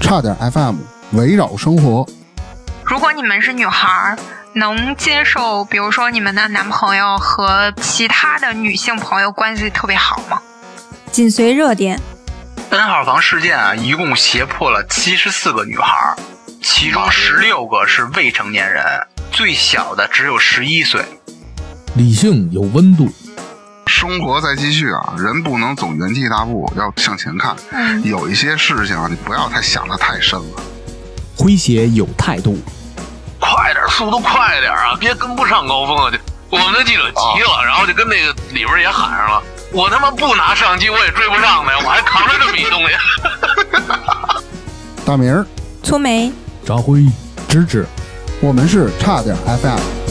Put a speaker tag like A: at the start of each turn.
A: 差点 FM，围绕生活。
B: 如果你们是女孩儿，能接受，比如说你们的男朋友和其他的女性朋友关系特别好吗？
C: 紧随热点，
D: n 号房事件啊，一共胁迫了七十四个女孩儿，其中十六个是未成年人，最小的只有十一岁。
E: 理性有温度，
F: 生活在继续啊，人不能总原地踏步，要向前看。
B: 嗯，
F: 有一些事情啊，你不要太想得太深了。
G: 诙谐有态度，
H: 快点，速度快点啊！别跟不上高峰啊！就我们的记者急了，然后就跟那个里边也喊上了。我他妈不拿相机我也追不上呗，我还扛着这么一东西。
A: 大明儿，
C: 粗眉。
E: 张辉，芝芝。
A: 我们是差点 FM。